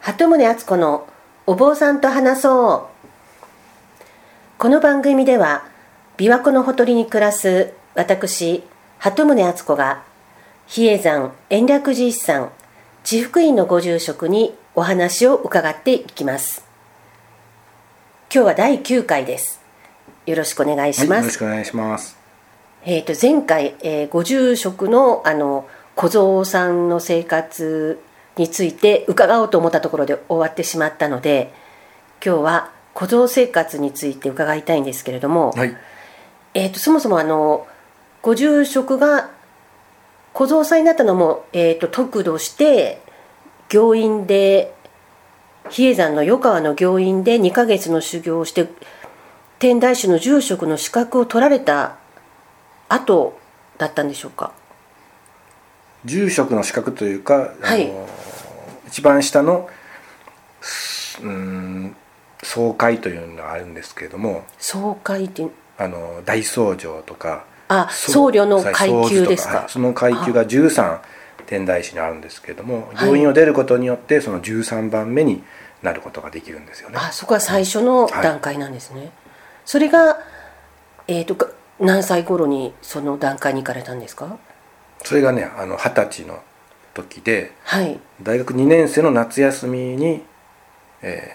鳩宗敦子のお坊さんと話そうこの番組では琵琶湖のほとりに暮らす私鳩宗敦子が比叡山延暦寺一山地福院のご住職にお話を伺っていきます今日は第9回ですよろしくお願いしはい、まよろすしくお願いします。えー、と前回、えーご住職のあの小僧さんの生活について伺おうと思ったところで終わってしまったので今日は小僧生活について伺いたいんですけれども、はい、えー、とそもそもあのご住職が小僧さんになったのも、えー、と得度して行院で比叡山の与川の行院で2ヶ月の修行をして天台宗の住職の資格を取られた後だったんでしょうか。住職の資格というか、はいあの一番下のすうーん総会というのがあるんですけれども、総会ってあの大僧正とか、あ僧僧侶の階級です僧侶とかはいその階級が13天台宗にあるんですけれども、はい病院を出ることによってその13番目になることができるんですよね。あそこは最初の段階なんですね、それが、えー、とが何歳頃にその段階に行かれたんですかそれがね、あの二十歳の時で。はい大学2年生の夏休みに、え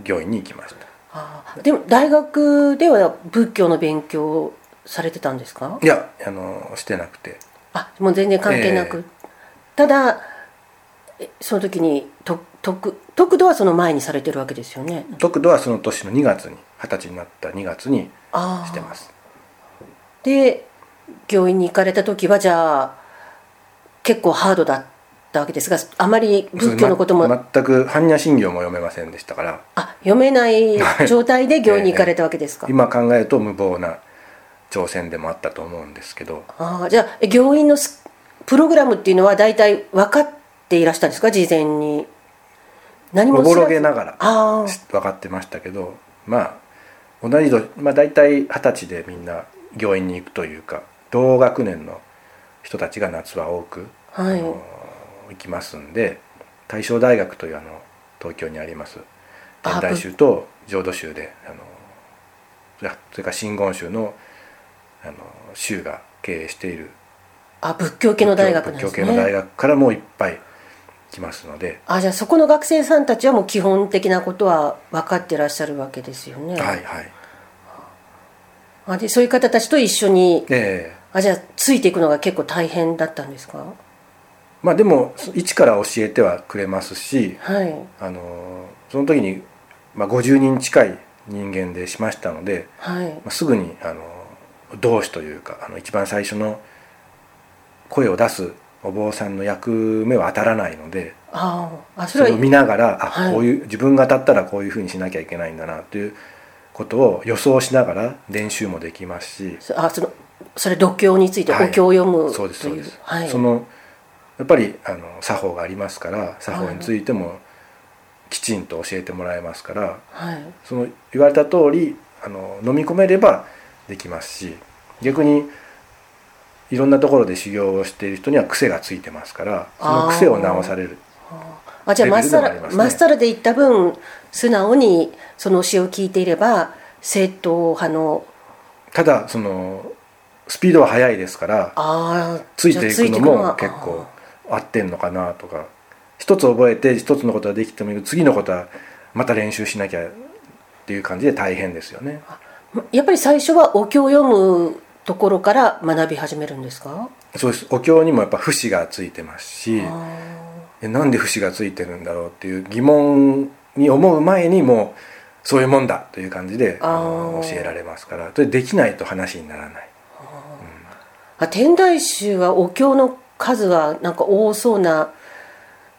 ー、行院に行きましたあーでも大学では仏教の勉強をされてたんですかいやあのしてなくてあもう全然関係なく、えただえその時にと得得度はその前にされてるわけですよね得度はその年の2月に二十歳になった2月にあーしてますで教院に行かれた時はじゃあ結構ハードだったわけですがあまり仏教のことも、それま全く般若心経も読めませんでしたからあ読め ない状態で教院に行かれたわけですか、今考えると無謀な挑戦でもあったと思うんですけどああじゃあえ行員のスプログラムっていうのは大体分かっていらしたんですか事前に何もお知らぼずろげながらあし分かってましたけどまあ同じど、まあ、大体二十歳でみんな行院に行くというか同学年の人たちが夏は多くあはいあの行きますんで大正大学というあの東京にありますあ天台宗と浄土宗であのそれそれから真言宗のあの宗が経営しているあ仏教系の大学なんですね仏教系の大学からもういっぱい来ますので、あじゃあそこの学生さんたちはもう基本的なことは分かってらっしゃるわけですよね、はいはいあでそういう方たちと一緒にええあじゃあついていくのが結構大変だったんですかまあでもそ一から教えてはくれますしはいあのその時に、まあ、50人近い人間でしましたので、はいまあすぐにあの同志というかあの一番最初の声を出すお坊さんの役目は当たらないのであああそそれれをは見ながらあ、はいこういう自分が当たったらこういうふうにしなきゃいけないんだなということを予想しながら練習もできますし、そあそのそれ度胸についてはおい経を読むそうですとそういでうす、はいそのやっぱりあの作法がありますから作法についてもきちんと教えてもらえますから、はいその言われた通りあの飲み込めればできますし逆にいろんなところで修行をしている人には癖がついてますからその癖を直されるあじゃあまっさレベルでもありまらすねまっさらで言った分素直にその詩を聞いていれば正統派のただそのスピードは速いですからああついていくのも結構あ合ってんのかなとか一つ覚えて一つのことはできてもいいけど次のことはまた練習しなきゃっていう感じで大変ですよね。ーやっぱり最初はお経を読むところから学び始めるんですか、そうですお経にもやっぱ節がついてますし。あえなんで節がついてるんだろうっていう疑問に思う前にもうそういうもんだという感じであーあの教えられますからそれできないと話にならないーあ天台宗はお経の数がなんか多そうな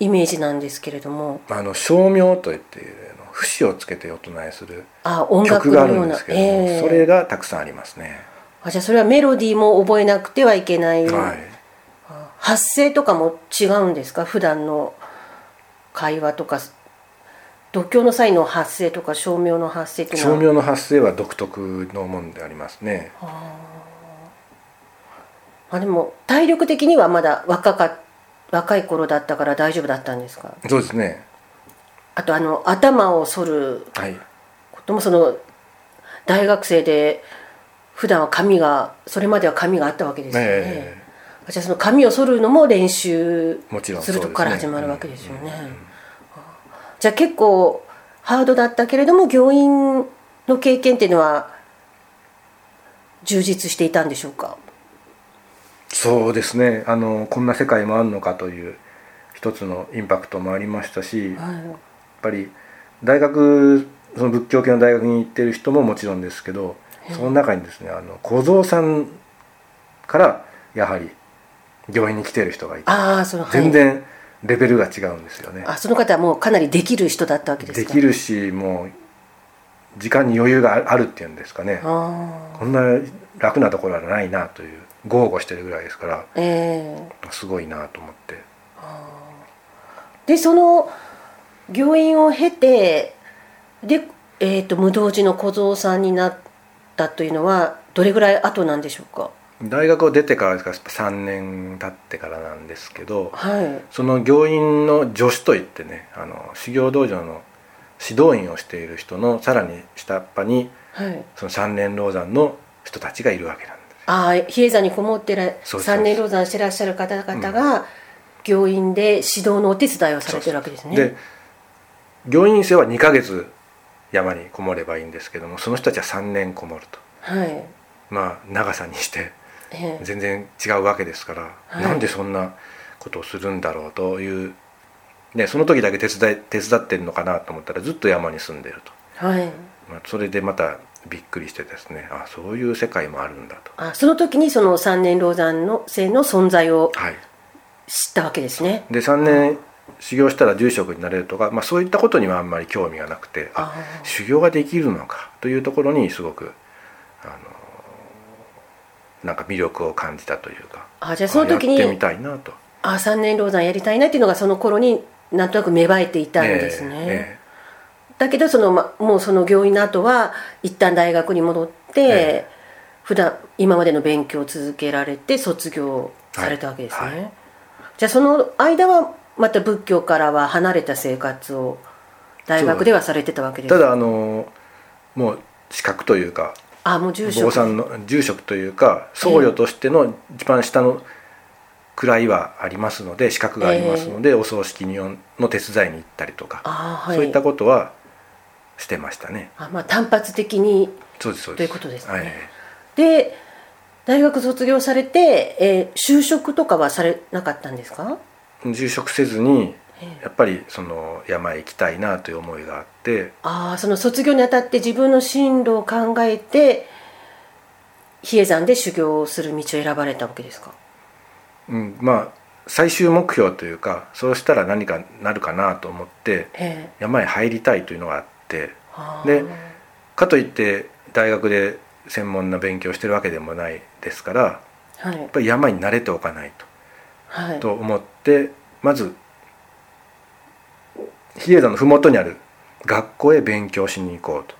イメージなんですけれどもあの照明といってあの節をつけてお唱えするあ音楽曲があのるようんでなすけれども、ええそれがたくさんありますね、あじゃあそれはメロディーも覚えなくてはいけない、はい発声とかも違うんですか普段の会話とか読経の際の発声とか照明の発声っていうの照は明の発声は独特のもんでありますねあでも体力的にはまだ若か若い頃だったから大丈夫だったんですかそうですねあとあの頭を剃るはいこともその大学生で普段は髪がそれまでは髪があったわけですよね、えじゃあその髪を剃るのも練習もちろんすそるうですねとこから始まるわけですよねうんうんうんじゃあ結構ハードだったけれども病院の経験っていうのは充実していたんでしょうかそうですねあのこんな世界もあるのかという一つのインパクトもありましたしやっはぱり大学その仏教系の大学に行ってる人ももちろんですけどその中にですねあの小僧さんからやはり病院に来てる人がいいてああそのはい全然レベルが違うんですよね。あその方はもうかなりできる人だったわけですでかきるしもう時間に余裕があるっていうんですかねああこんな楽なところはないなという豪語してるぐらいですからええすごいなと思ってでその病院を経てで、えー、と無道寺の小僧さんになったというのはどれぐらい後なんでしょうか大学を出てからですから3年経ってからなんですけどはいその行員の助手といってねあの修行道場の指導員をしている人のさらに下っ端にはいその三年老山の人たちがいるわけなんです。ああ比叡山にこもってらそうそう三年老山してらっしゃる方々が、病院で指導のお手伝いをされてるわけですねで行員生は2ヶ月山にこもればいいんですけどもその人たちは3年こもるとはい、まあ長さにしてええ全然違うわけですから、はいなんでそんなことをするんだろうという、ね、その時だけ手伝い手伝ってるのかなと思ったらずっと山に住んでると、はいまあ、それでまたびっくりしてですねあそういう世界もあるんだと。あその時にその三年老山の生の存在をはい、知ったわけですねで3年修行したら住職になれるとか、まあ、そういったことにはあんまり興味がなくてあああ修行ができるのかというところにすごくあのなんか魅力を感じたというかあじゃあその時にあやってみたいなと。あ三年老山やりたいなっていうのがその頃になんとなく芽生えていたんですね、ええええだけどその、ま、もうその行員の後は一旦大学に戻って、え普段今までの勉強を続けられて卒業されたわけですね、はいはいじゃあその間はまた仏教からは離れた生活を大学ではされてたわけですただあのもう資格というかあもう住職坊さんの住職というか僧侶としての一番下の位はありますので資格がありますので、お葬式にの手伝いに行ったりとか、あーはいそういったことはしてましたねあまあ単発的にそうですそうといですうことですねはいで大学卒業されて、えー就職とかはされなかったんですか住職せずにええやっぱりその山へ行きたいなという思いがあってああその卒業にあたって自分の進路を考えて比叡山で修行をする道を選ばれたわけですかうん、まあ最終目標というかそうしたら何かなるかなと思ってええ山へ入りたいというのがあってあーでかといって大学で専門な勉強をしてるわけでもないですからやはいっぱり山に慣れておかないはいとと思ってまず比叡山の麓にある学校へ勉強しに行こうと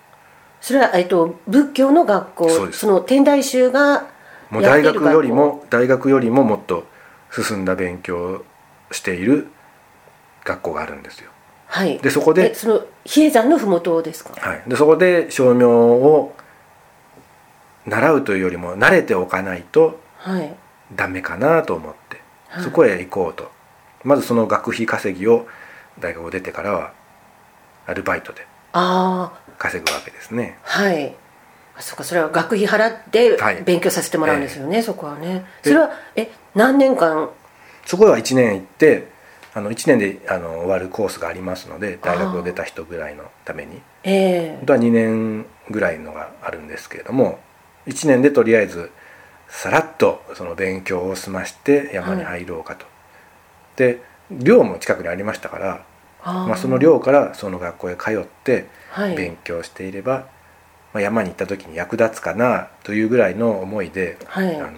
それは、えっと、仏教の学校そうですの天台宗がもう大学よりやっも大学よりももっと進んだ勉強をしている学校があるんですてよ。いる学校はいでそこでえその比叡山の麓ですかはい、でそこで称名を習うというよりも慣れておかないとはいダメかなと思ってはいそこへ行こうと、まずその学費稼ぎを大学を出てからはアルバイトでああ稼ぐわけですねはいあそっかそれは学費払ってはい勉強させてもらうんですよね、そこはねそでれはえ何年間そこへは1年行ってあの1年であの終わるコースがありますので大学を出た人ぐらいのためにえ本え当は2年ぐらいのがあるんですけれども1年でとりあえずさらっとその勉強を済まして山に入ろうかと、で寮も近くにありましたからあーまあ、その寮からその学校へ通ってはい勉強していれば、まあ、山に行った時に役立つかなというぐらいの思いで、はいあの行っ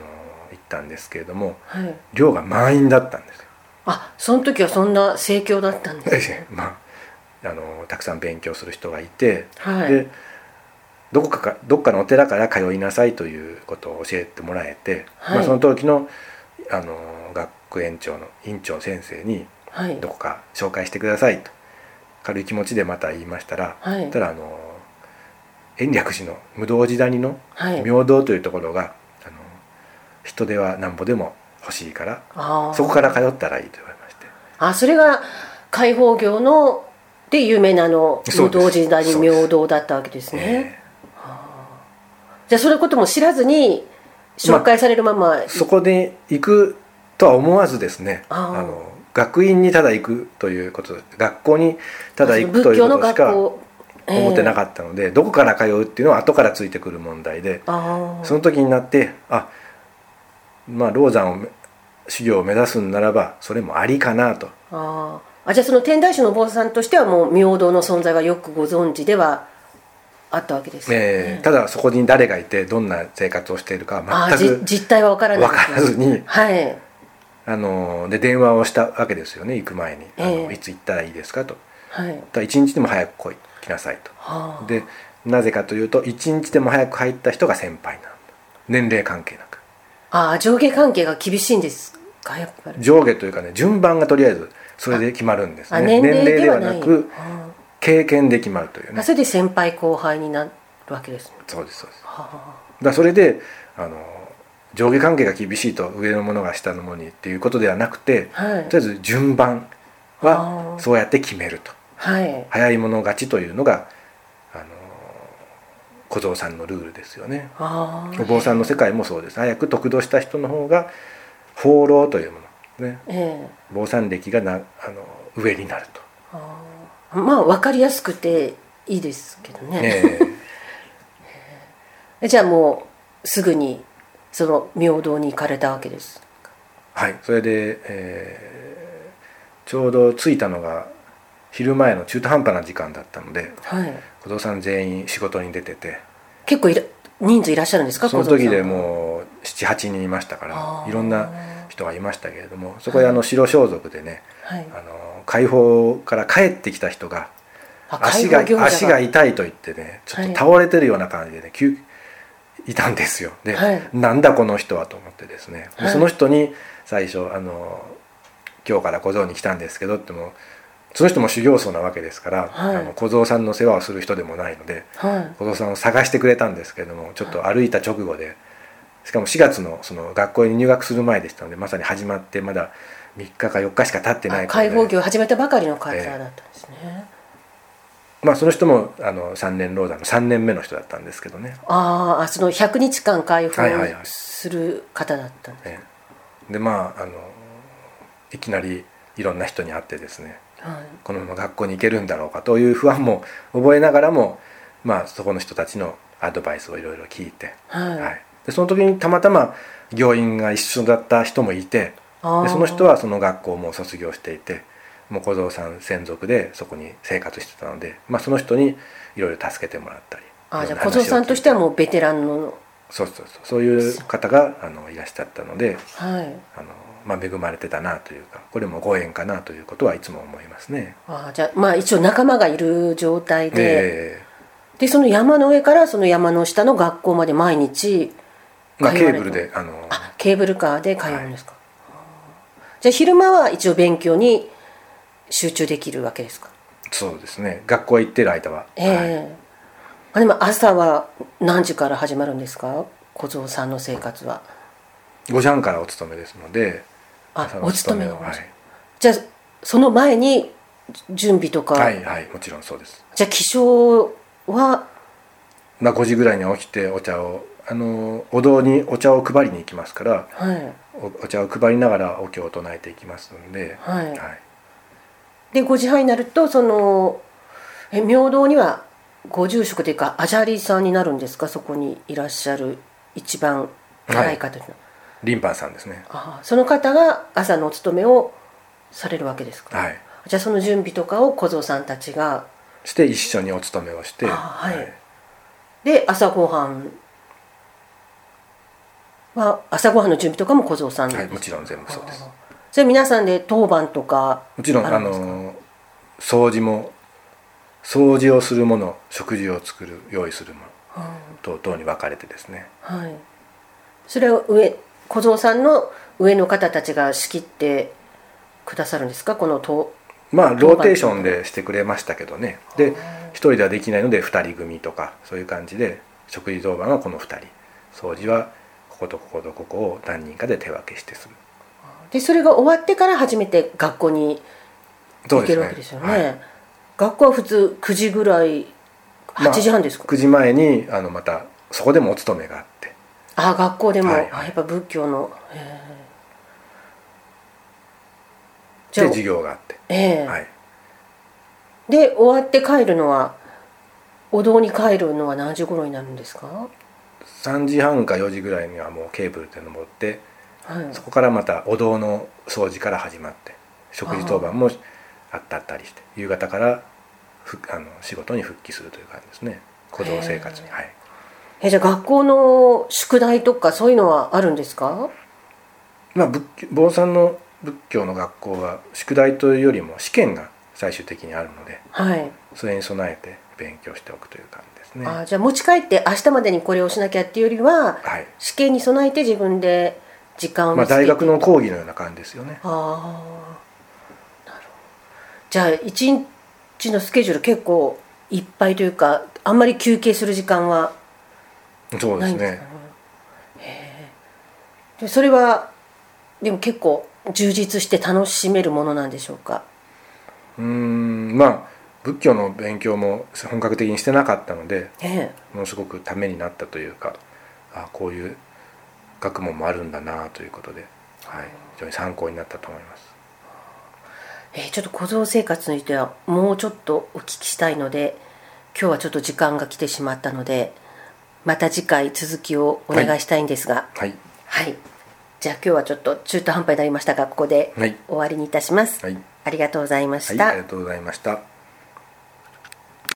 たんですけれどもはい寮が満員だったんですよ。 あその時はそんな盛況だったんですねまあ、あのたくさん勉強する人がいて、はいでどこかかどっかのお寺から通いなさいということを教えてもらえて、はいまあ、その時のあの学園長の院長先生にはいどこか紹介してくださいと軽い気持ちでまた言いましたら、はいそしたらあの延暦寺の無道寺谷のはい明道というところが、あの人手はなんぼでも欲しいからあーそこから通ったらいいと言われましてあそれが開放業ので有名なあのそうです道時代にそうです明道だったわけですね、えじゃあそういうことも知らずに紹介されるまま、ーそこで行くとは思わずですねあーの学院にただ行くということ学校にただ行くと仏いう教のこと学しか校思ってなっかったので、どこから通うっていうのは後からついてくる問題でた、あーその時になってあまあ老山をめ修行を目指すんならばそれもありかなとあーあじゃあその天台宗のお坊さんとしてはもう明道の存在がよくご存知ではあったわけですよねえーただそこに誰がいてどんな生活をしているかあー全くじ実態は分からない分からずにはいあので電話をしたわけですよね行く前に、あのええいつ行ったらいいですかとはい「だから一日でも早く来い来なさい」はとでなぜかというと一日でも早く入った人が先輩なんだ年齢関係なくああ上下関係が厳しいんですかやっぱり上下というかね順番がとりあえずそれで決まるんですあね年齢では年な齢いではなくあ経験で決まるというーあねそれで先輩後輩になるわけですねそうですそうですだかはらそれであの上下関係が厳しいと上の者が下の者にっていうことではなくて、あはいとりあえず順番あはーそうやって決めるとはい早い者勝ちというのがあの小僧さんのルールですよねあお坊さんの世界もそうです早く得度した人の方が放浪というもの、ね、あええ坊さん歴がなあの上になると、あーまあ分かりやすくていいですけどね、ええ じゃあもうすぐにその明道に行かれたわけですはい、それで、えーちょうど着いたのが昼前の中途半端な時間だったのではい小僧さん全員仕事に出てて結構いら人数いらっしゃるんですかその時小僧さでんもう78人いましたかあらーいろんな人がいましたけれどもそこであの白装束でね、はいあの解放から帰ってきた人があ足が介護業者足が痛いと言ってねちょっと倒れてるような感じでね、急いたんですよで、はいなんだこの人はと思ってですね、ではいその人に最初あの「今日から小僧に来たんですけど」ってもその人も修行僧なわけですから、はいあの小僧さんの世話をする人でもないのではい小僧さんを探してくれたんですけれどもちょっと歩いた直後でしかも4月のその学校に入学する前でしたのでまさに始まってまだ3日か4日しか経ってなあい頃で解放業を始めたばかりの方だったんですね、まあ、その人もあの3年ローダーの3年目の人だったんですけどね、あーあその100日間解放はいはいはいする方だったんです、ええでまああのいきなりいろんな人に会ってですねはいこのまま学校に行けるんだろうかという不安も覚えながらも、まあ、そこの人たちのアドバイスをいろいろ聞いて、はいはいでその時にたまたま行員が一緒だった人もいてあーでその人はその学校をもう卒業していてもう小僧さん専属でそこに生活してたので、まあ、その人にいろいろ助けてもらったり。あーじゃあい小ろんな話を聞僧いさんとしてはもうベテランのそうそうそうそういう方があのいらっしゃったのではいあの、まあ、恵まれてたなというかこれもご縁かなということはいつも思いますね。あーじゃあまあ一応仲間がいる状態で、えでその山の上からその山の下の学校まで毎日えまあ、通わケれたーブルであのあケーブルカーで通うんですか、あーじゃあ昼間は一応勉強に集中できるわけですかそうですね学校へ行ってる間は、ええあでも朝は何時から始まるんですか小僧さんの生活は5時半からお勤めですのであ朝のお勤めを、はいじゃあその前に準備とか、はい、はい、もちろんそうです。じゃあ起床はまあ、5時ぐらいには起きてお茶をあのお堂にお茶を配りに行きますからはいおお茶を配りながらお経を唱えていきますので、はいはい、で5時半になるとそのえ明堂にはご住職というかアジャリーさんになるんですかそこにいらっしゃる一番偉い方の、リンパンさんですね。ああその方が朝のお勤めをされるわけですか、はいじゃあその準備とかを小僧さんたちがして一緒にお勤めをして、あはいで朝ごはんは朝ごはんの準備とかも小僧さんはい、でもちすろん全部そうですああじゃあ皆さんで当番とかもちろんあるですかの掃除も掃除をするもの食事を作る用意するもの等々に分かれてですねはい、それを上小僧さんの上の方たちが仕切ってくださるんですかこのとまあローテーションでしてくれましたけどねで1人ではできないので2人組とかそういう感じで食事当番はこの2人掃除はこことこことここを何人かで手分けしてするでそれが終わってから初めて学校にそ行うけでするねわけですよねはい学校は普通9時ぐらいま8あ時半ですか、 9時前にあのまたそこでもお勤めがあってああ学校でも、はいはいあやっぱ仏教のへえじでゃあ授業があって、ええはい、で終わって帰るのはお堂に帰るのは何時頃になるんですか、 3時半か4時ぐらいにはもうケーブルって登ってはい、そこからまたお堂の掃除から始まって食事当番もあったったりして夕方からふあの仕事に復帰するという感じですね小僧生活にへはいえじゃあ学校の宿題とかそういうのはあるんですかまあ仏教坊さんの仏教の学校は宿題というよりも試験が最終的にあるのではい、それに備えて勉強しておくという感じですねあはじゃあ持ち帰って明日までにこれをしなきゃっていうよりはい試験に備えて自分で時間をまあ見つけて、大学の講義のような感じですよねああなるほどじゃあ一日のスケジュール結構いっぱいというかあんまり休憩する時間はそうでないすんですかねねへえでそれはでも結構充実して楽しめるものなんでしょうかうーんまあ仏教の勉強も本格的にしてなかったのでえものすごくためになったというかあこういう学問もあるんだなということで、はい、非常に参考になったと思います。えええちょっと小僧生活についてはもうちょっとお聞きしたいので今日はちょっと時間が来てしまったのでまた次回続きをお願いしたいんですが、はい、はい。じゃあ今日はちょっと中途半端になりましたがここではい終わりにいたします。はいありがとうございまはしい、た。ありがとうございました。